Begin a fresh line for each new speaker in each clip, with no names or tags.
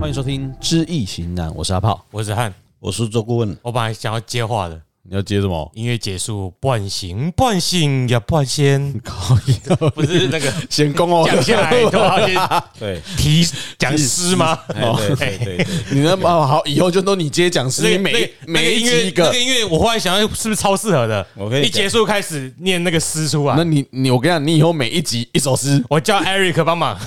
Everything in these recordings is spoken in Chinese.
欢迎收听《知易行难》，我是阿炮。
我是汉，
我是周顾问，
我本来想要接话的，
你要接什 么？
音乐结束，半醒半醒呀半仙，
靠腰，
不是那个
闲工哦，
讲下来都要先
对，
提讲诗吗？
哎对对对对，
你那哦好，以后就都你接讲师，你每
那个
每一
音
集
乐
一个
那个。音乐，我忽然想到是不是超适合的？
我跟你
一
讲
结束开始念那个诗出
那
来，
你你我跟你讲，你以后每一集一首诗，
我叫 Eric 帮忙，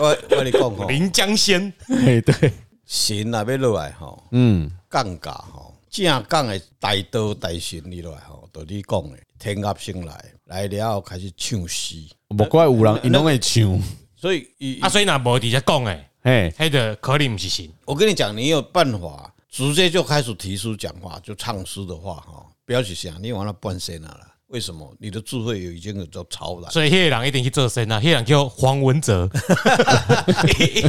我我跟你讲吼，
临江仙，
哎对，
神啊要落来吼，
嗯，
降价吼，正降的大刀大神你落来吼，就你讲的天压先来，来了后开始唱诗，
莫怪有人伊拢会唱，
所以伊
啊，所以那无底下讲诶，
哎，
黑的可能不是行，
我跟你讲，你有办法，直接就开始提诗讲话，就唱诗的话哈，不要去想你完了半仙了啦。为什么？你的智慧已经有做超然。
所以黑人一定去做声啊，黑人叫黄文哲，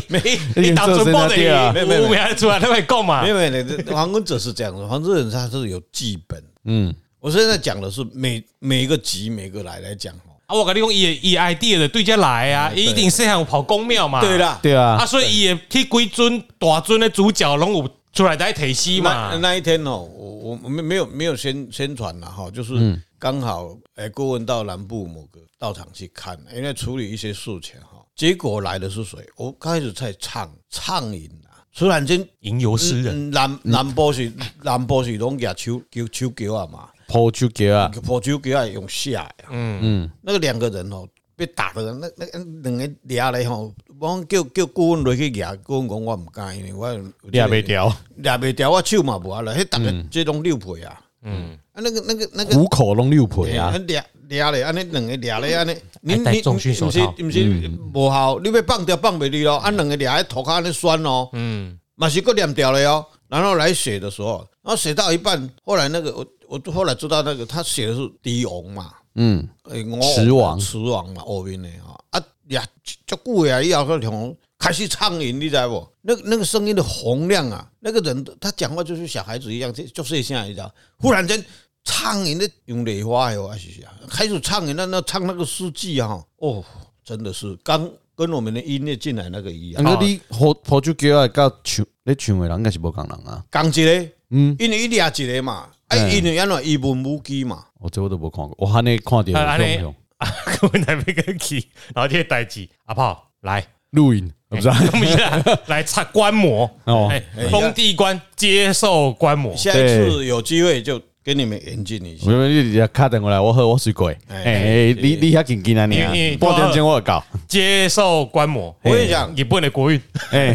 没，你当初抱着
对啊
你，我们出来他会讲嘛
没？有没有，那黄文哲是这样的， 黄文哲他是有剧本。
嗯，
我现在讲的是每每一个集每个来来讲哦。
啊，我跟你讲，伊伊 idea 的对遮来啊，伊一定细汉有跑公庙嘛。
嗯对，啦，
对啊
啊，，所以伊的去几尊大尊的主角拢有出来在提戏
那
嘛。
那一天哦，我我我没没有没有宣宣传了哈，就是刚好哎，顾问到南部某个道场去看，因为处理一些事情哈。结果来的是谁？我开始在唱唱赢了，突然间
吟游诗人，
嗯南南部是南部是拢举手球手球啊嘛，
抛出给啊，
破手球啊用下的。
嗯
嗯，那个两个人哦被打的人，那那两个抓来吼，我讲叫叫顾问落去抓，顾问讲我唔敢，因为我有
你也袂掉，
抓袂掉，我手嘛无啊啦，迄逐个这拢六倍啊。
嗯，
啊，那个那个那个，
虎口拢六倍啊
嘿，抓抓咧，安尼两个抓咧，安尼，你
还戴
你
重训手
不是
套嗯
不是无效，你要放掉放袂离咯，啊，两个抓咧头壳安尼酸哦。
嗯，
嘛是够两条了哟。哦然后来写的时候，然后写到一半，后来那个我我后来知道那个他写的是狄翁嘛，
嗯，
诶、哎我
池王
池王嘛，后面的哈啊呀，足久啊呀，以后个从开始畅饮，你知不？那个那个声音的洪亮啊，那个人他讲话就是小孩子一样，就就是现在你知道，忽然间畅饮的用莲花哟，还是啥？开始畅饮，那那唱那个诗句啊，哦，真的是刚跟我们的音乐进来那个一样
你。说你抛抛出给啊，甲唱你唱的人应该是无共人啊，
同一个，
嗯
嗯，因为伊掠一个嘛，啊，
嗯
因为安怎伊文武机嘛，
我这我都无看过，我安尼看
啊安尼
着
啊， 我们那边个去，然后这些代志，阿炮来，
录影，不 是啊？
我们来来插观摩，
哦，
哎，封地官接受观摩，
下一次有机会就给你们引进一下
我。们你直接敲电话来，我喝我水过。哎
哎
哎，你你遐紧紧啊你啊
因为，
半点钟我就到。
接受观摩。
我跟你讲，
日本的国运
哎，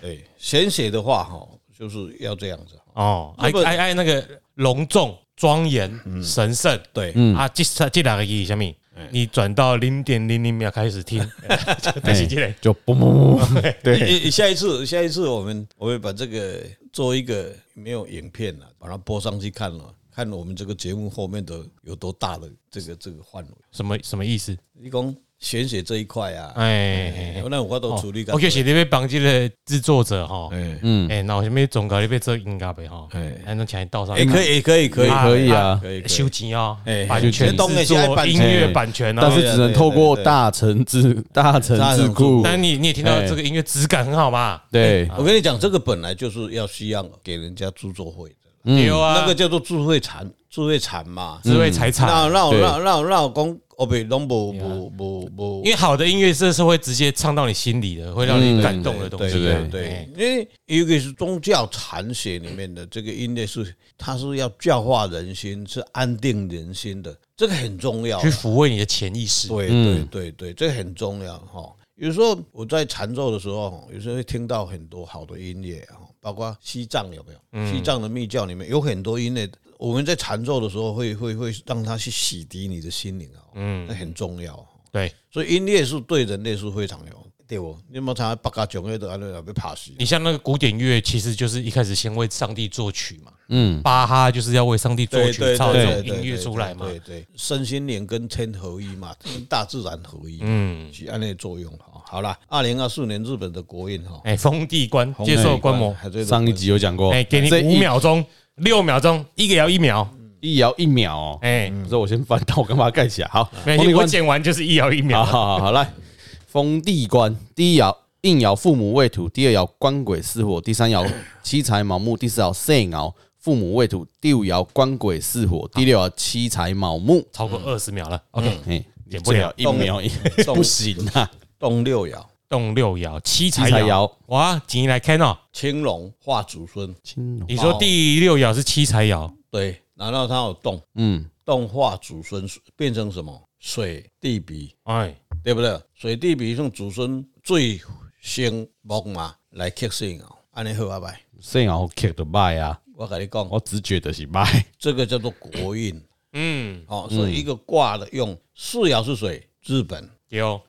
对，闲写的话哈，就是要这样子。
哦，哎
日本
哎哎，那个隆重、庄严、
嗯
神圣，
对，
啊，这三这两个意义下面，你转到零点零零秒开始听，就开始进来。
哎就嘣嘣嘣，对，
一一下一次，下一次我们我会把这个做一个没有影片了，把它播上去看了，看我们这个节目后面的有多大的这个这个范围。
什么什么意思？
你讲闲写这一块啊，
哎，
那我都处理
我
干脆。
就是你要帮这个制作者哈，
哎
嗯，
哎，那我前面总搞你要做音乐的哈，
哎
哎，那钱倒上
哎，可以，可以，可以，
嗯
可以啊
可以可以
修钱哦
哎，
版权
你懂
制
的现在
作
版
音
权
乐版权
但
啊。
是只能透过大成智大成智库，
但你你哎也听到这个音乐质感很好嘛？
对，
我跟你讲，这个本来就是要需要给人家著作费的，
嗯
有啊，
那个叫做智慧产，智慧产嘛。
智慧财产，
那那
对
那那那讲，我被拢无无无无
因，为好的音乐是是会直接唱到你心里的，会让你感动的东
对
西。
对
哎
对，因为尤其是宗教禅学里面的这个音乐是，它是要教化人心，是安定人心的，这个很重要啊。
去嗯抚慰你的潜意识。
对对对对，这很重要哈。有时候我在禅奏的时候，有时候会听到很多好的音乐哈，包括西藏有没有？
嗯
西藏的密教里面有很多音乐，我们在禅奏的时候会会会让它去洗涤你的心灵啊，嗯，那很重要。
对，
所以音乐是对人类是非常有，对不？你有没有常常八嘎囧乐的安乐被怕死？
你像那个古典乐，其实就是一开始先为上帝作曲嘛。嗯，巴哈就是要为上帝作
对
曲，
对
唱这
对
种音乐出来嘛。
对对，身心灵跟天合一嘛，跟大自然合一，
嗯，
是安那作用哈。好了，二零二四年日本的国运哈，哎
哎，封地关接受观摩，
还最
上一集有讲过
哎，，给你
这
五
一
秒钟、六秒钟，一个要一秒，
一摇一秒哦。
哎，
所以我先翻到，我干嘛盖起来？好，
没
封
关系
地
我
关，
剪完就是一摇一
好
秒。
好好好，来，封地关第一摇，应爻父母未土，第二爻官鬼巳火，第三爻七财卯木，第四爻肾爻父母未土，第五爻官鬼巳火，第六爻七财卯木。
超过二十秒了。OK，
哎，
演嗯不了
一秒一不行啊！
动六爻，
动六爻，七
七
财
财
爻。
爻，
哇，紧来看哦。
青龙化祖孙，
青龙
你说第六爻是七财爻，
对，然后它有动，
嗯，
动化祖孙变成什么？水地比，
哎，
对不对？水地比用祖孙最先木嘛来克性哦，安尼好啊拜。
肾爻 kick 的败啊，
我跟你讲，哦
我直觉的是败。
这个叫做国运
嗯，
哦，所以一个卦的用四爻是水，日本
有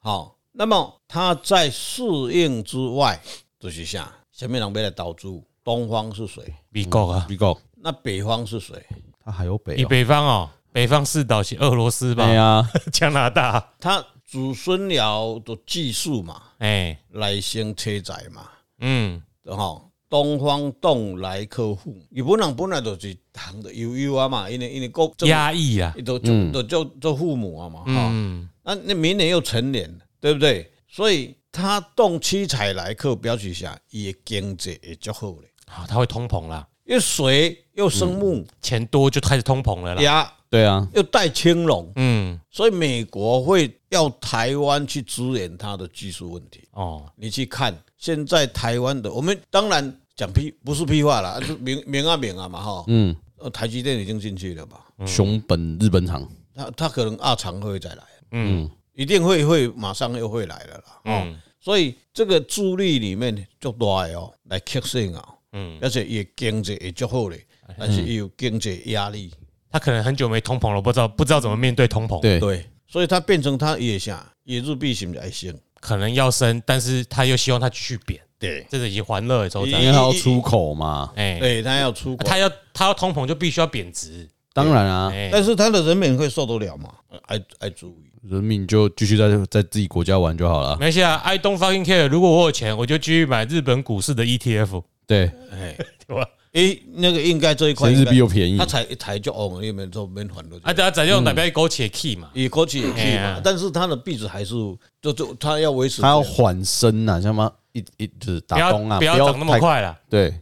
好、那么它在适应之外，就是啥？前面两边的岛主，东方是水，
美国啊，
你讲
那北方是水，
他还有北
你
嗯哦，
北方哦，北方四岛是俄罗斯吧
对，啊，
加拿大，
它子孙爻的技术嘛，
哎，
来生车载嘛，
嗯，
吼、东方动来客户，日本人本来就是行的悠悠啊嘛，因为因为国，
压抑啊，
都就都就做父母啊嘛，哈、
嗯，
那那明年又成年了，对不对？所以他动七彩来克，表示下也经济也较好嘞，
好，它会通膨啦，
又水又生木
钱多就开始通膨了啦，
呀，
对啊，
又带青龙，
嗯，
所以美国会要台湾去支援它的技术问题。
哦，
你去看现在台湾的，我们当然讲屁不是屁话啦，就明明啊明啊嘛哈，
嗯，
呃台积电已经进去了嘛，
嗯
熊本日本厂，
他他可能二厂会再来，
嗯
一定会会马上又会来了啦，哦。
嗯
所以这个助力里面足大的哦，来吸引啊，
嗯，哎
而且也经济也足好嘞，但是也有经济压力，
他可能很久没通膨了，不知道不知道怎么面对通膨，
对，
对，所以它变成它也啥，也日币是不是爱升？
可能要升，但是他又希望它继续贬，
对，
这个已经欢乐了，周
因
展，
为他要出口嘛，
哎，
对，它要出口，
他要他要通膨就必须要贬值，
当然啊，
哎，
但是它的人民会受得了吗？爱爱注意，
人民就继续在在自己国家玩就好了。
没事啊，I don't fucking care，如果我有钱，我就继续买日本股市的 E ETF，
对，
哎，
对吧？
诶，那个应该这一块
谁
应
日
该
币又便宜
它，才才就哦，你们都没还的。
啊，等下咱用代表苟且 key 嘛，
也国企也去
哎
嘛
呀，
但是它的币值还是就就它要维持，
他要缓升呐，像嘛一一就是
不
打
要
工啊，
不要涨那么
太，嗯
快啦。
对，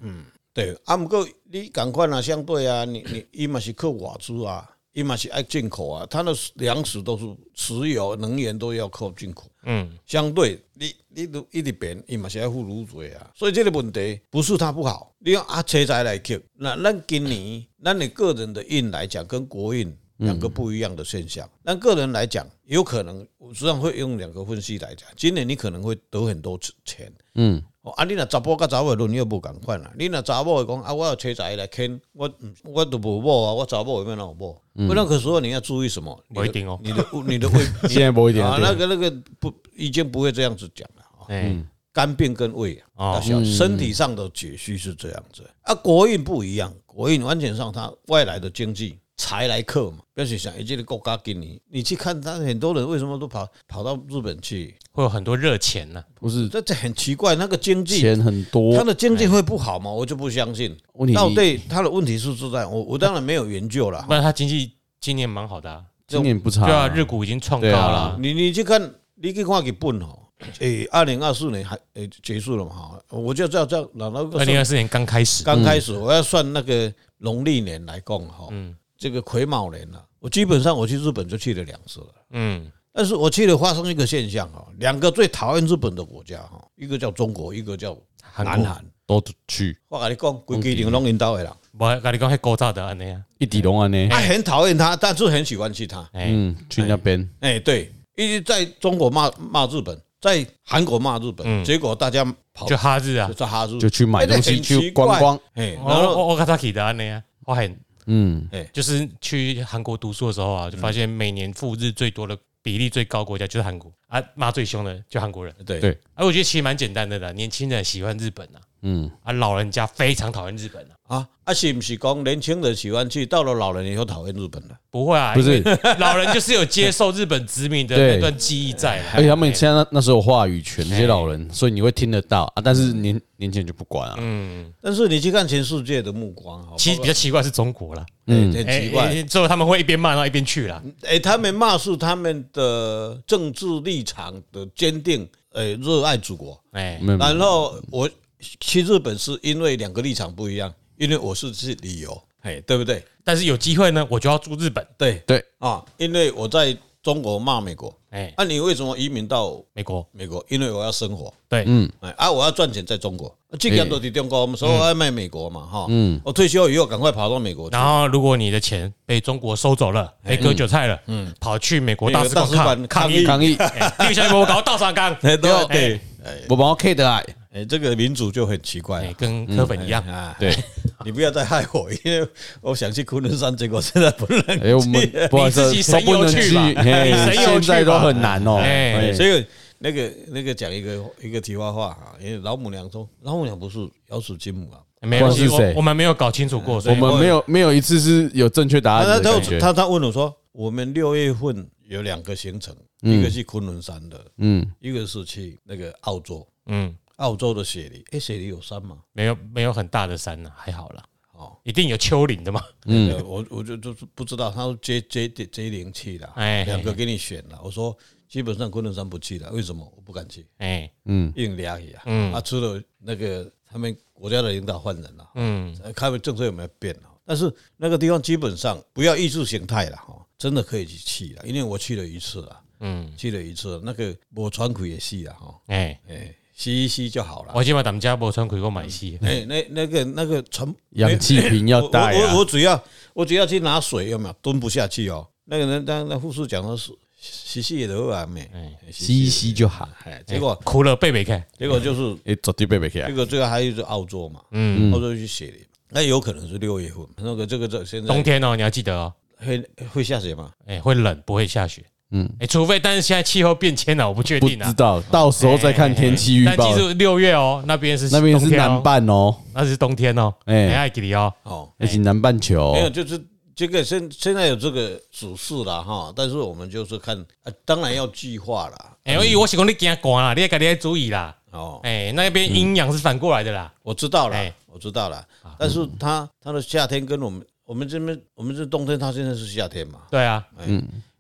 对，啊，毋过你赶快啊，相对啊，你你伊嘛是靠外资啊，伊嘛是爱进口啊，它的粮食都是石油、能源都要靠进口。
嗯，
相对你你都一直变，伊嘛是爱付愈侪啊。所以这个问题不是它不好，你用啊车载来吸，那咱今年咱的个人的运来讲，跟国运。两个不一样的现象。那个人来讲，有可能我实际上会用两个分析来讲。今年你可能会得很多钱，
嗯，
哦，啊，你若查甫甲查某的论，你又无共款啦。你若查某的讲啊，我要车财来牵，我唔我都无某啊，我查某有没有有某？不那个时候你要注意什么？你的
嗯不一定哦
你的你的胃
现在薄一点
啊
啊，，
那
对哦
个那个不已经不会这样子讲了啊。
哎，
嗯
肝病跟胃啊，
哦
要小身体上的解析是这样子啊。国运不一样，国运完全上它外来的经济财来客嘛，不要去想，哎，这个国家给你，你去看他很多人为什么都跑跑到日本去？
会有很多热钱呢。
不是
这这很奇怪，那个经济
钱很
他
多，
的经济会不好吗？我就不相信。
问题
到底他的问题是出在我，我当然没有研究了
不。然他经济今年蛮好的啊，
今年不差，
对啊，日股已经创高
不
了。啊
你你去看，你去看日本哦，诶，二零二四年还诶结束了嘛哈，我就要这样，然后
二零二四年刚开始，
刚开始我要算那个农历年来讲哈，
嗯
这个癸卯年了，我基本上我去日本就去了两次了。
嗯，
但是我去了发生一个现象哈，两个最讨厌日本的国家哈，一个叫中国，一个叫
韩
南
国，
韩。
都去
我跟你讲，规矩定拢引导的人，
我跟你讲，迄高炸的安尼啊，
一底龙安呢，
啊，很讨厌他，但是很喜欢去他。
哎，
嗯，去那边
哎、对，一直在中国骂骂日本，在韩国骂日本，
嗯
结果大家跑
就哈日啊
就，在哈日，
就去买东
哎
西
这很
去
奇怪
观光，
哎、然
我
后
我我跟他起的安尼啊，我很
嗯，
就是去韩国读书的时候啊，就发现每年赴日最多的比例最高国家就是韩国啊，骂最凶的就韩国人。
对
对
哎，我觉得其实蛮简单的啦，年轻人喜欢日本啊，
嗯，
啊，老人家非常讨厌日本啊，
啊啊，是不是讲年轻人喜欢去，到了老人以后讨厌日本了？
不会啊，
不是
因为老人就是有接受日本殖民的
对哎
那段记忆在啦，
而且他们现在那那时候有话语权，
哎
这些老人，所以你会听得到啊，但是年年轻人就不管啊，
嗯，
但是你去看全世界的目光，好，
其实比较奇怪是中国啦，
嗯、很奇怪。哎、嗯哎
之后他们会一边骂然后一边去啦，
他们骂是他们的政治立场的坚定，诶热爱祖国，
哎，
没有没有
然后我去日本是因为两个立场不一样，因为我是去旅游，哎，对不对？
但是有机会呢，我就要住日本，
对
对
啊，因为我在中国骂美国，
哎，
啊，你为什么移民到
美国，
美国？因为我要生活，
对，
哎，啊，我要赚钱在中国，啊这个都在中国，我们说我要卖美国嘛，哈，
嗯
嗯，我退休以后赶快跑到美国去
然。后如果你的钱被中国收走了，
哎
被割韭菜了，嗯，跑去美国大使
美国大使
馆
馆
抗抗
抗
议
议，
抗议，
哎立下我搞倒上 纲，
哎， 对
对
对，
我把我 K 的啊来，
哎，这个民主就很奇怪
哎，
了。
跟
嗯
柯粉一样，
啊，
对，
你不要再害我，因为我想去昆仑山，结果现在不能
哎，我们 不好意思
你自
都
己，神游
不能
去
去
吧，
嘿
你神游去吧
现在都很难哦。
哎
哎
所以那个那个讲一个一个题外话哈，因为老母娘说，老母娘不是姚楚金母啊，
没
不
有，
管是谁
我我们没有搞清楚过，所
我
以
们没有没有一次是有正确答案
啊他
的
他
感觉。
他他问我说，我们六月份有两个行程，一个去昆仑山的，
嗯，
一个是去那个澳洲，
嗯，
澳洲的雪梨，哎，雪梨有山吗？
没有没有很大的山呢，还好啦，
哦，
一定有丘 陵的嘛，
嗯，我我就就是不知道，他说接接接零去的，
哎
两个给你选了，我说基本上昆仑山不去了，为什么？我不敢去，
哎，
硬俩去啊，嗯，啊，除了那个他们国家的领导换人了。
嗯，
呃看政策有没有变哈。但是那个地方基本上不要意识形态了哈，真的可以去去了，因为我去了一次了，
嗯，
去了一次，那个我喘口也吸了哈，
哎，
哎，吸一吸就好
哦
了。
我今晚咱们家无穿开过买戏，
哎，那那个那个喘
氧气瓶要带
我我
啊
我，只要我只要去拿水，有没有蹲不下去哦？那个人当那护士讲的是吸吸也得啊完美，
哎吸一吸就好。
哎，结果
哭了贝贝看，
结果就是
哎，绝对背不起来
这。个这个还有就是澳洲嘛，嗯，澳洲去雪梨，那有可能是六月份，那个这个这现
冬
在
天哦，你要记得哦，
会会下雪吗？
哎，会冷，不会下雪。嗯
嗯，
哎，除非，但是现在气候变迁了，我不确
不
定
知
啊。
道，到时候再看天气预
但
报
记。住六月哦，那边是
那边
冬
是
天哦
南，半哦，
那是冬天哦。
哎
哎，爱吉里哦，
哦，
那是南半球
没。有，就是这个现现在有这个指示了哈，但是我们就是看，啊、当然要计划了
哎，我以为我是讲你惊寒啦，你要家己要注意啦。
哦。
哎，那边阴阳是反过来的啦。
我知道了，
哎嗯
我知道了，但是它它的夏天跟我们我们这边我们这冬天，它现在是夏天嘛，哎
对啊，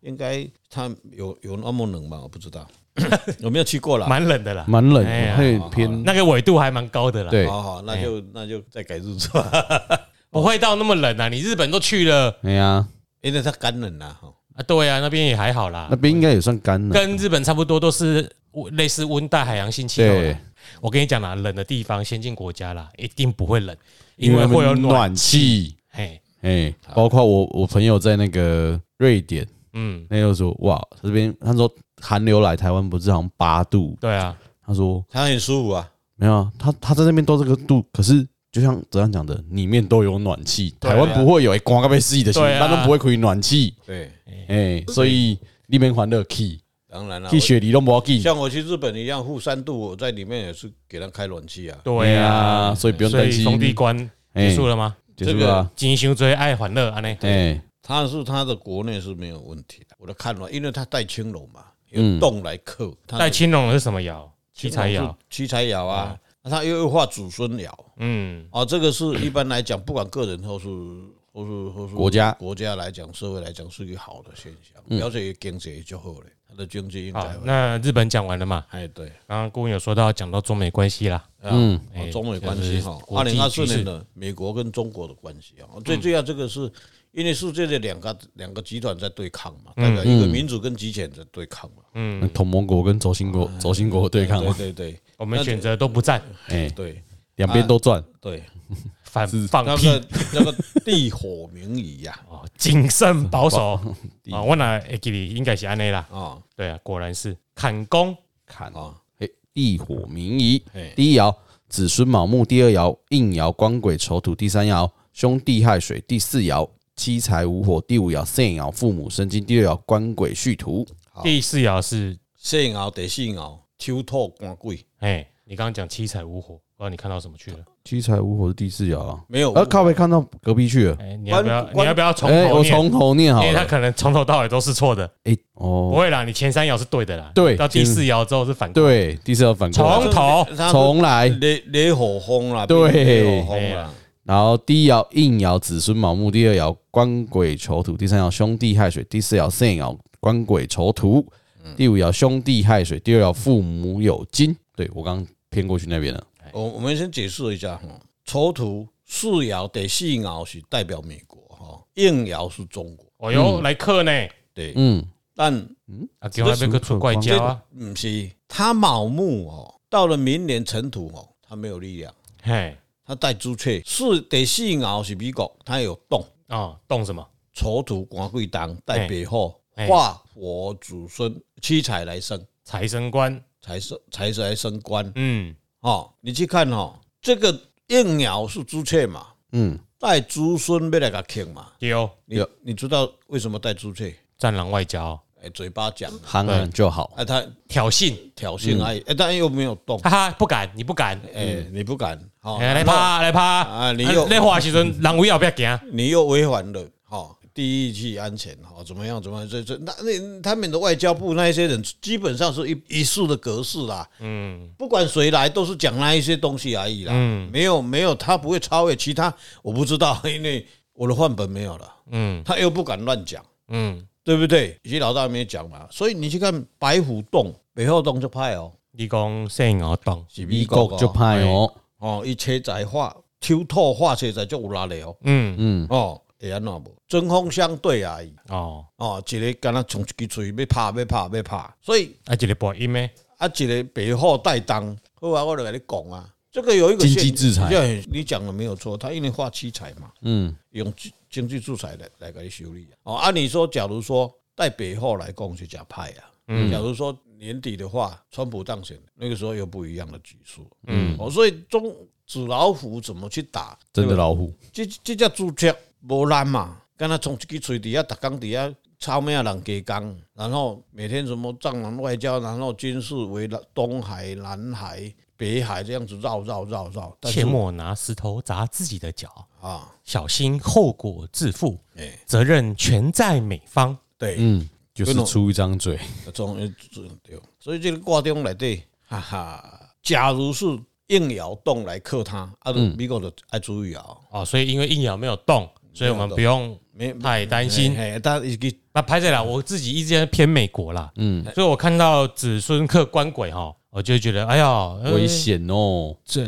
应该它有有那么冷吗？我不知道， 我没有去过了。
蛮冷的啦，
嗯蛮冷
哎呀
的，会偏
那个纬度还蛮高的啦，
对，
好好，哦
哎
那就那就再改日子吧，
不会到那么冷啊。你日本都去了
哎呀，
因为它干冷了哈。
啊，对啊，那边也还好啦
那，边应该也算干了。
跟日本差不多，都是类似温带海洋性气候啦
对。，
我跟你讲啦，冷的地方，先进国家啦，一定不会冷，因
因为
为会有暖
暖
气。
气。
嘿，
哎，包括我我朋友在那个瑞典，
嗯，
那就说哇，这边他说寒流来台湾不是好像八度，
对啊，
他说
它很舒服啊，
没有啊，他他在那边都这个度，可是就像怎样讲的，里面都有暖气，
对啊
台湾不会有哎，光个被死的，
对啊啊
他都不会可以暖气，
对，
哎，所以那边还热气，
当然了、
去雪梨都不要
我
去，
啊
像我去日本一样，负三度，我在里面也是给人开暖气啊。
对啊，
哎所以不用
所
担
以
心。
封闭关
哎
结束了吗？
结束了，
金修追爱欢乐安呢？
哎，
他是他的国内是没有问题的，我的看法，因为他带青龙嘛，用洞来克，他的
带青龙的是什么爻？七
青龙
彩
是
爻。，
七彩爻啊，他又又画祖孙爻
嗯，
啊，这个是一般来讲，不管个人或是或是或是
国家
国家来讲，社会来讲是一个好的现象，了解经济就好了，他的经济应
嗯好
该，会，
那日本讲完了嘛？
哎对，
刚刚顾问有说到讲到中美关系啦，
嗯
哎，
中美关
就
系哈
是，
二
国际
零二四
局势嗯
年的美国跟中国的关系啊，最重要这个是因为世界的两个两个集团在对抗嘛，
嗯
代表一个民主跟集权在对抗嘛，
那同盟国跟轴心国、
嗯
轴心国对抗嘛，
对对对。
我们选择都不占，
哎，
对
两边都赚，
哎
对，
反放
那
屁
个那个地火啊明夷呀，
哦，谨慎保守啊。我那会记得应该是安内啦，
啊
对啊，果然是砍哦工
看
啊，哎
哎，地火明夷
哎
嘿，
第一爻子孙卯木，第二爻应爻官鬼丑土，第三爻兄弟亥水，第四爻七财无火，第五爻肾爻父母生金，第六爻官鬼戌土。
好
第四爻是
肾爻第四爻，秋透官贵，
哎，你刚刚讲七彩无火，不知道你看到什么去了？
七财无火是第四爻啊，
没有
呃
啊，靠北看到隔壁去了。
哎，你要不要？
关
你要不要从
哎，
头
我
念？
从头念好
因为他
了。
可能从头到尾都是错的，
哎，
不
哦，
会啦，你前三爻是对的啦，
对
到第四爻之后是反过来，
对，第四爻反过来，
从哎头
重来
雷雷火风啦，
对
雷火风啦，
然后第一爻应爻子孙卯木，第二爻官鬼丑土，第三爻兄弟亥水，第四爻肾爻官鬼丑土。
嗯
第五爻兄弟亥水，第六爻父母有金。对我刚偏过去那边了，
我我们先解释一下哈，丑土四爻第四爻是代表美国哈，应爻是中国，
哦哟，来克呢，
对，
嗯，
但
啊，给外面个出怪交啊，
不是他卯木哦，到了明年尘土哦，他没有力量，
嘿，
他带朱雀是第四爻是美国，他有动
哦，动什么？
丑土官贵当代北后
哎
化火祖孙七彩来生，
财神官，
才是才是来升官
嗯，
哦，你去看哦，这个应爻是朱雀嘛，
嗯，
带朱孙要来个庆嘛。
有
你你知道为什么带朱雀？
战狼外交，
哎，嘴巴讲，
行人就好。
哎，他
挑衅，
挑衅哎，哎，但又没有动，
哈哈，不敢，你不敢，
哎，你不敢，好，
哎，嗯来
然后
趴来趴
啊你又
那话时阵，人围后壁行，
你又违反了，哈，第一季安全，哈，怎么样，怎么样？这这那那他们的外交部那一些人，基本上是一一束的格式啦，
嗯，
不管谁来，都是讲那一些东西而已啦，没有没有，他不会超越其他，我不知道，因为我的范本没有了，
嗯
他又不敢乱讲。
嗯，
对不对？以及老大没有讲嘛，所以你去看白虎洞、北后洞就派哦，
你讲姓我动，
是
美国就
派
派哦，
哦，伊车载化抽透化车载就有力的哦，
嗯，
嗯，
哦，会安怎无？针锋相对而已，
哦，
哦，一个敢若从一支喙要拍要拍要拍，所以
啊，一个播音咩？
啊，一个背后带当，好啊，我就跟你讲啊，这个有一个
经济
现
制裁
对你讲的没有错，他因为化七彩嘛，
嗯，
用经经济制裁来来给你修理啊。哦，按、理说，假如说在北后来讲是假派啊，假如说年底的话，川普当选，那个时候又不一样的局数，嗯，哦，所以中纸老虎怎么去打？
真的
对吧，
老虎，
这这只朱雀无烂嘛，跟他从一支嘴底下，逐工底下。草咩人给讲，然后每天什么战狼外交，然后军事围了东海、南海、北海这样子绕绕绕绕，但是
切莫拿石头砸自己的脚，
啊，
小心后果自负，
哎、
责任全在美方。
对，
嗯，就是
跟我
出一张嘴，
总呃这对，所以这个挂钟内底，哈哈，假如是应爻动来克它，啊，美国就爱注意啊，
哦，所以因为硬咬没有动，所以我们不用
没
太嗯担心。
哎，但一个
那拍这啦，我自己一直在偏美国啦，嗯，所以我看到子孙克官鬼哈，我就觉得哎呀，呃
危险哦。
这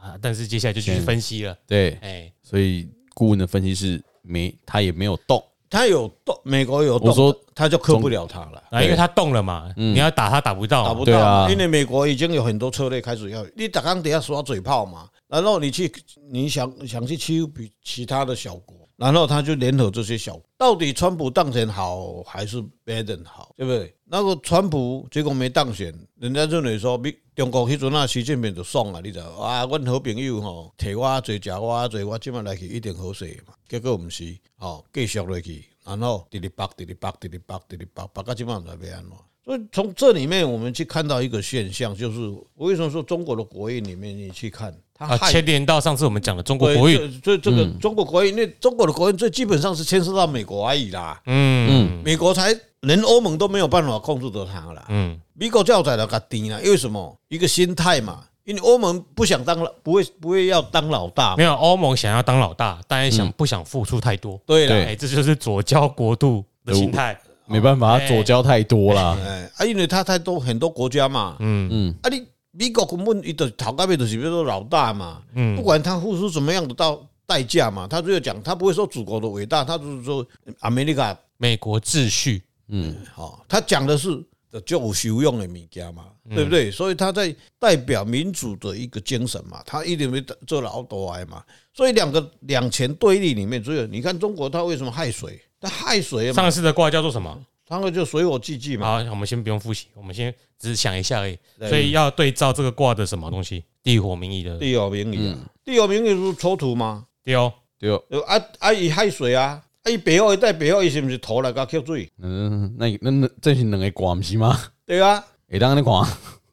啊，但是接下来就去分析了，
对，
哎，
所以顾问的分析是没，他也没有动，
他有动，美国有动，
我说
他就克不了他了。
啊，因为他动了嘛，你要打他打不到，
打不
对
到，
啊
因为美国已经有很多策略开始要，你打刚底下耍嘴炮嘛，然后你去你想想去欺负比其他的小国，然后他就联合这些小国，到底川普当选好还是 Biden 好，对不对？那个川普结果没当选，人家认为说，美中国迄阵啊，习近平就爽啊，你知道？啊，阮好朋友吼，摕我做食我做，我即摆来去一定好势嘛。结果毋是，哦，继续落去，然后直直北，直直北，直直北，直直北，北到即摆毋知要安怎。所以从这里面我们去看到一个现象，就是我为什么说中国的国运里面你去看，它
啊，
害
牵连到上次我们讲的中国嗯
对
国运，
这这这个中国国运，因为中国的国运最基本上是牵涉到美国而已啦，
嗯
美国才连欧盟都没有办法控制得它啦。
嗯
美国教材了个低啦，因为什么？一个心态嘛，因为欧盟不想当老，不会不会要当老大
没，有欧盟想要当老大，但也想不想付出太多，
对
对
啦，
哎，这就是左交国度的心态，
没办法，他
哎
左交太多啦。
嗯哎，啊，因为它太多很多国家嘛，
嗯
嗯，
啊，你美国根本伊就头盖尾就是叫做老大嘛，不
嗯，
管他付出怎么样的到代价嘛，他只有讲，他不会说祖国的伟大，他就是说呃 America
美国秩序，
嗯
哦，他讲的是就有修用的物件嘛，
嗯
对不对？所以他在代表民主的一个精神嘛，他一定会做老多癌嘛。所以两个两权对立里面，只有你看中国，他为什么害水？他害水嘛，
上啊次的卦叫做什么？
他们就水火既济嘛。
好，我们先不用复习，我们先只是想一下而已。
对
所以要对照这个卦的什么东西，地火明夷的
第二名
嗯
义啊，第二名义是丑土嘛，
丢
对哦，
呃啊啊，伊害水啊，啊伊北欧一带北欧，伊是不是头来甲吸水？
嗯，那那那这是两个卦不是吗？
对啊，
会当你看，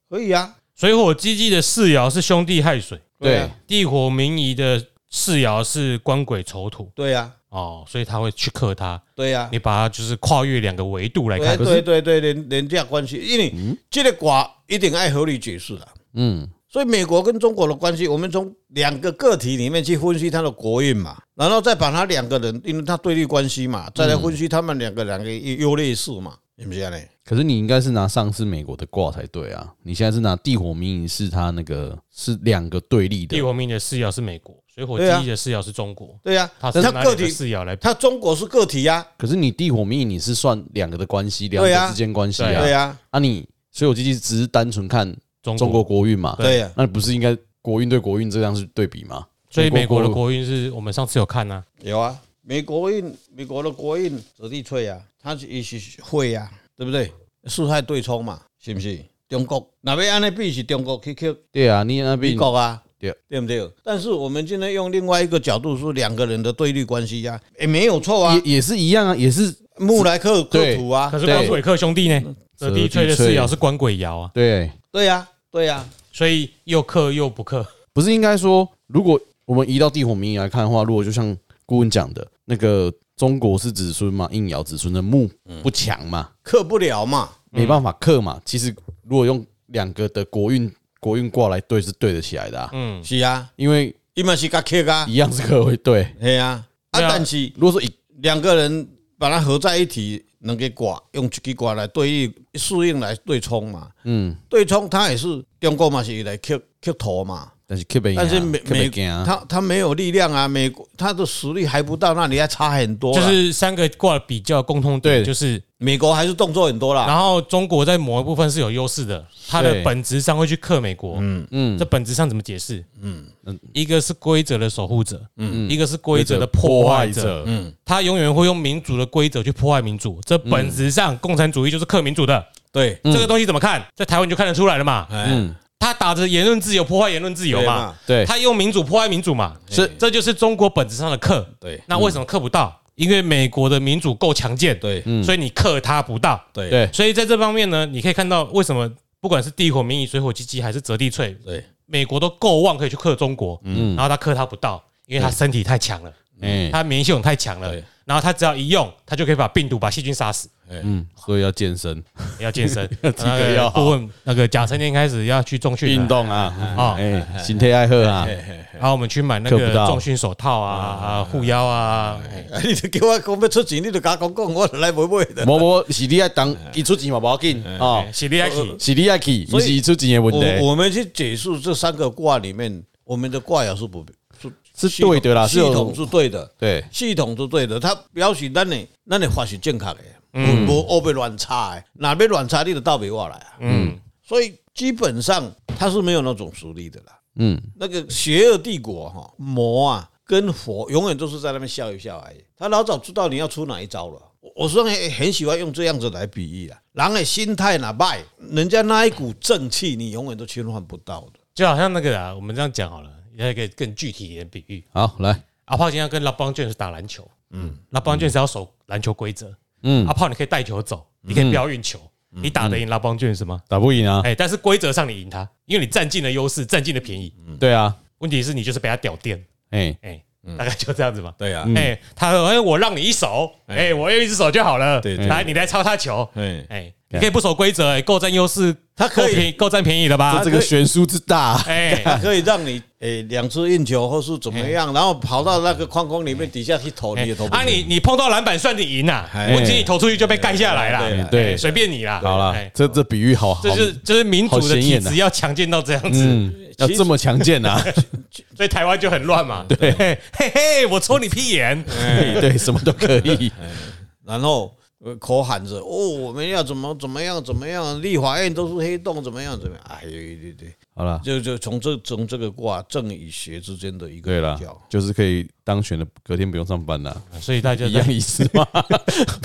可以啊，
水火既济的四爻是兄弟亥水，
对啊
地火明夷的四爻是官鬼丑土
对呀，
哦，所以他会去克他。
对呀，
你把它就是跨越两个维度来
对
看，
对对对，连连价关系，因为这个卦一定爱合理解释啦。
嗯，
所以美国跟中国的关系，我们从两个个体里面去分析它的国运嘛，然后再把它两个人，因为它对立关系嘛，再来分析他们两个两个优劣势嘛。是不是安尼？
可是你应该是拿上次美国的卦才对啊，你现在是拿地火民营是它那个是两个对立的
地，王命的四爻是美国，水火既
对啊
一的四爻是中国，
对呀、
它是
他
拿
个
两个
体，
四爻来
他中国是个体呀、啊
可是你地火民营你是算两个的关系，两
对啊
个之间关系
对
啊
对，呀、
啊你水火既济只是单纯看
中
中国国运嘛，
对啊呀、
那不是应该国运对国运这样是对比吗？
所以美国的国运是我们上次有看呐、
有啊。美国运，美国的国运子弟翠啊，它是也是会呀、对不对？事态对冲嘛，是不是？中国哪边安尼比是中国去去
对啊，你那
美
边
国啊，
对
对不对？但是我们今天用另外一个角度说两个人的对立关系呀、也没有错啊。
也也是一样啊，也是
穆莱克克图啊
可，是光是韦克兄弟呢，
对
这第一吹的四爻是官鬼爻啊，
对，
对呀、对啊呀、
所以又克又不克，
不是应该说，如果我们移到地火民营来看的话，如果就像顾问讲的，那个中国是子孙嘛，应爻子孙的木
嗯
不强嘛，
克不了嘛。
没办法克嘛。其实如果用两个的国运国运卦来对，是对得起来的、啊，
嗯，
是啊，
因为
伊嘛是甲克啊，
一样是克会对。
系啊。啊，
对啊
但是
如果说以
两个人把它合在一起，能给卦用一支卦来对应适应来对冲嘛。
嗯，
对冲它也是中国嘛，是来克克头嘛。
但是 keep
但是美美
啊，
它它没有力量啊，美国它的实力还不到那里，还差很多啦。啊
就是三个卦比较共通点
对
就是，
美国还是动作很多啦。
然后中国在某一部分是有优势的，它的
对
本质上会去克美国，嗯嗯，这本质上怎么解释？嗯，一个是规则的守护者，嗯，一个是规则的破坏者，，
嗯，
他永远会用民主的规则去破坏民主，这本质上共产主义就是克民主的。
对，
这个东西怎么看，在台湾就看得出来了嘛。
嗯，
他打着言论自由破坏言论自由
对
嘛
嘛，
对
他用民主破坏民主嘛，
是
这就是嗯中国本质上的克。
对
那为什么克不到？因为美国的民主够强健，
对
所以你克他不到。
对
对
所以在这方面呢，你可以看到为什么不管是地火、民营、水火、鸡鸡还是折地翠，
对，
美国都够旺可以去克中国，
嗯
然后他克他不到，因为他身体太强了。
哎，
他免疫系统太强了
对，
然后他只要一用，他就可以把病毒、把细菌杀死。
嗯，所以要健身
要健 身，
这个要好
顾问那个贾成年开始要去重训了
运，动啊，
哦
哎，心态爱好 啊，
然后我们去买那
克
个
不到
重训手套啊、啊护腰啊，哎
啊你就叫我讲要出钱，你就甲我讲讲，我就来买买的。
无无是你爱当伊出钱嘛，无要紧
嗯
哦，
是你爱去
是你爱去，不
所以
是伊出钱的问题
我。我们去解释这三个卦里面，我们的卦爻是不
是
系统
对的啦是
系
有
统是对的，
对，
系统是对的。它表示咱的咱的法是正确的，嗯，无我被乱插的，哪被乱插你就倒不我来啊。
嗯，
所以基本上他是没有那种实力的啦。
嗯，
那个邪恶帝国哈、魔啊跟佛永远都是在那边笑一笑而已。他老早知道你要出哪一招了。我我说很很喜欢用这样子来比喻啦，人的心态哪败，人家那一股正气你永远都侵犯不到的。
就好像那个啊，我们这样讲好了，要一个更具体一点的比喻。
好来，
阿炮今天跟拉邦卷是打篮球，嗯，拉邦卷是要守篮球规则，
嗯
阿，炮你可以带球走，你可以不要运球，你打得赢拉邦卷是吗？
打不赢啊，
哎，但是规则上你赢他，因为你占尽了优势，占尽了便宜。
对啊，
问题是你就是被他屌电，
哎，
哎、大概就这样子吧。
对呀、
哎、他说：“哎，我让你一手，哎、我用一只手就好了。
对对
来，你来抄他球，
哎，
哎、你可以不守规则，哎，够占优势，
他可
够
以
便宜够占便宜了
这
啊
吧？
这个悬殊之大，啊
哎、
它可以让你诶两次运球或是怎么样，然后跑到那个框框里面底下去投，你也投不
啊
进。
你你碰到篮板算你赢啊啦，
哎
问题你投出去就被盖下来
对
啦
啦，
对
哎随便你啦，
好啦
哎，
这这比喻好，
这
好
就是就是民
好
主的
显
体
眼啊
制要强健到这样子，
嗯，要这么强健啊，
所以台湾就很乱嘛，对，嘿嘿，我抽你屁眼，
哎
对对，什么都可以，
然后呃口喊着哦，我们要怎么怎么样怎么样，立法院都是黑洞，怎么样怎么样，哎呦，对对，
好了，
就就从这从这个卦正与邪之间的一
对
个
了
比较，，
就是可以当选的，隔天不用上班 了，
所以大家
一样意思嘛，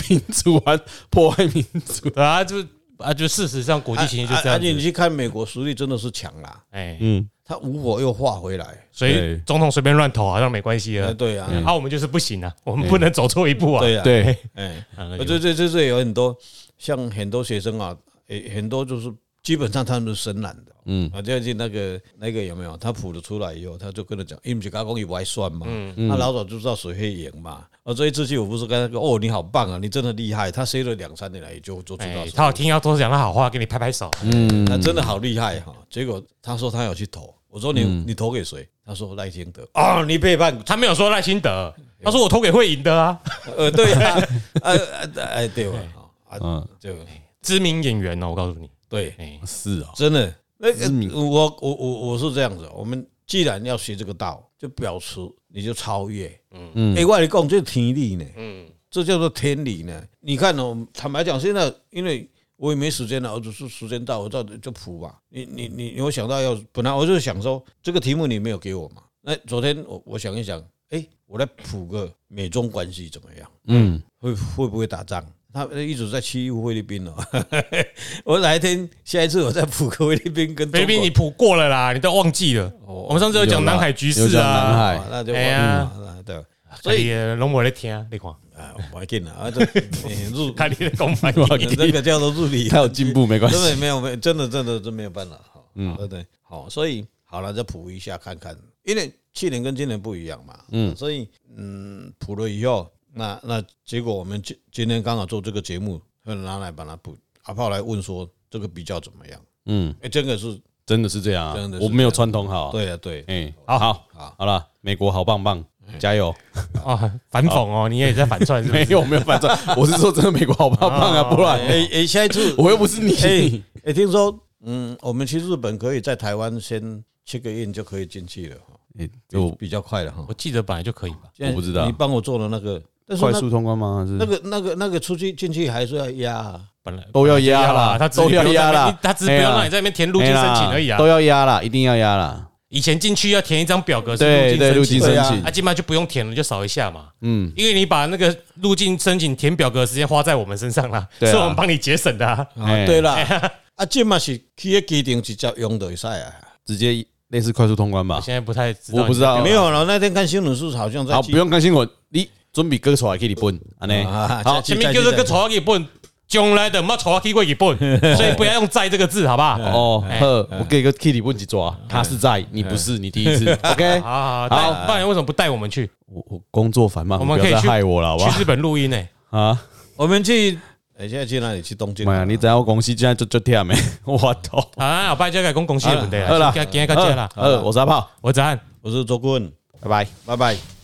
民主完 破坏民主，
对啊，就啊就事实上国际情
啊
形就这样
而且你
子，
去看美国实力真的是强啦，
哎，
嗯，
他无火又化回来，
所以
对
总统随便乱投好像没关系
哎，
了，
对啊，
啊，我们就是不行啊，我们不能走错一步啊，
对啊，，
对，
哎，
啊那
呃
就
这这这这有很多像很多学生啊，诶，很多就是基本上他们是深蓝的。
嗯
啊，最近那个那个有没有？他谱的出来以后，他就跟他讲，因为加工也不爱算嘛，
嗯
他啊老早就知道谁会赢嘛。啊，这一次去我不是跟他说，哦，你好棒啊，你真的厉害。他塞了两三年来，也就就知道
哎
谁，
他有嗯听要多讲他好话，给你拍拍手，
嗯
他真的好厉害哈、结果他说他有去投，我说你、
嗯
你投给谁？他说赖清德啊、你背叛，
他没有说赖清德，他说我投给会赢的啊，
呃呃，对啊，呃，呃哎、对吧？啊，
嗯，
就
知名演员哦，我告诉你，
对，
哎，
是哦，
真的，那个
知名
我我我我是这样子，我们既然要学这个道，就表示你就超越。嗯，哎，我跟你讲，这天理呢，
嗯，
这叫做天理呢。你看哦，坦白讲，现在因为我也没时间了，我只是时间到，我到就谱吧。你你你，我想到要本来我就是想说，这个题目你没有给我嘛？那昨天我我想一想，哎，我来谱个美中关系怎么样？
嗯，
会会不会打仗？他一直在欺负菲律宾哦。 我哪一天下一次我再补个菲律宾跟
菲律宾你谱过了啦，你都忘记了。我们上次有讲
啦
南海局
有
势
讲南
啊，
海
哎，那就
哎呀啊
那啊对，
所
所以
以龙我在听，你看，
啊，我紧了啊，这 哎 入
看你的公 版，
这个叫做入理，
他有进步没关系
真，的没有没有真的真的真没有办法，好，
嗯
对不对？好，所以好了，再补一下看看，因为去年跟今年不一样嘛，嗯，所以嗯，补了以后，那那结果我们今今天刚好做这个节目，就拿来把它补，阿炮来问说这个比较怎么样？
嗯，
哎，这个是
真的是这样啊
真的，是
我没有串通好啊，
对呀，对，
哎，好好
好
好了，美国好棒棒，加油！
啊，反讽哦，你也在反串，是不
没
是？
有没有， 反正我是说真的，美国好棒棒啊，不然
哎哎，下一次
我又不是
哎
你。
哎，听说嗯，我们去日本可以在台湾先 check in 就可以进去了哈，
哎
就
就
比较快了哈
我。记得本来就可以吧。
我不知道
你帮我做的那个，但是
快
那
速通关吗？还
那
是
个那个那个出去进去还是要压啊，
本来
都要压啦
本来就啦，他只是
都要压啦
不用在那边他只是
哎
不要
呀哎
让你在那边填入境申请而已啊
都。要压啦，一定要压啦。
以前进去要填一张表格，
对对，入境
请
申
对啊
请
啊，，基本上就不用填了，就扫一下嘛。
嗯，
因为你把那个入境申请填表格的时间花在我们身上啦，
对啊
是我们帮你节省的啊。
哎
对啦，啊，这嘛是去个机场直接用的赛啊，
直接类似快速通关吧
我。现在不太知道，
我不知道，
没有了。那天看新闻是好像在
哦好，
机
不用担心我，你准备割出来给你分，安尼。
啊，
好
前面就是个丑话日本，将来的嘛丑话去过 日本，所以不要用“在”这个字，好不好？
哦，呵，我给个 Kitty 问几抓，他是在，你不是，你第一次，OK？
好好，好，不然为什么不带我们去
我我工作繁忙，
我们
不要
可以
再
去
害我了，好不
去
好？
日本录音呢？
啊，
我们去，哎，现在去哪里？去东京啊
妈呀，你知道我公司现在就就跳没？ 我操！
啊，我拜就改公公司的问题
好啦
啦，今天今天到这啦，
呃，我是阿炮，
我赞。
我是周顾问，
拜拜。
拜拜。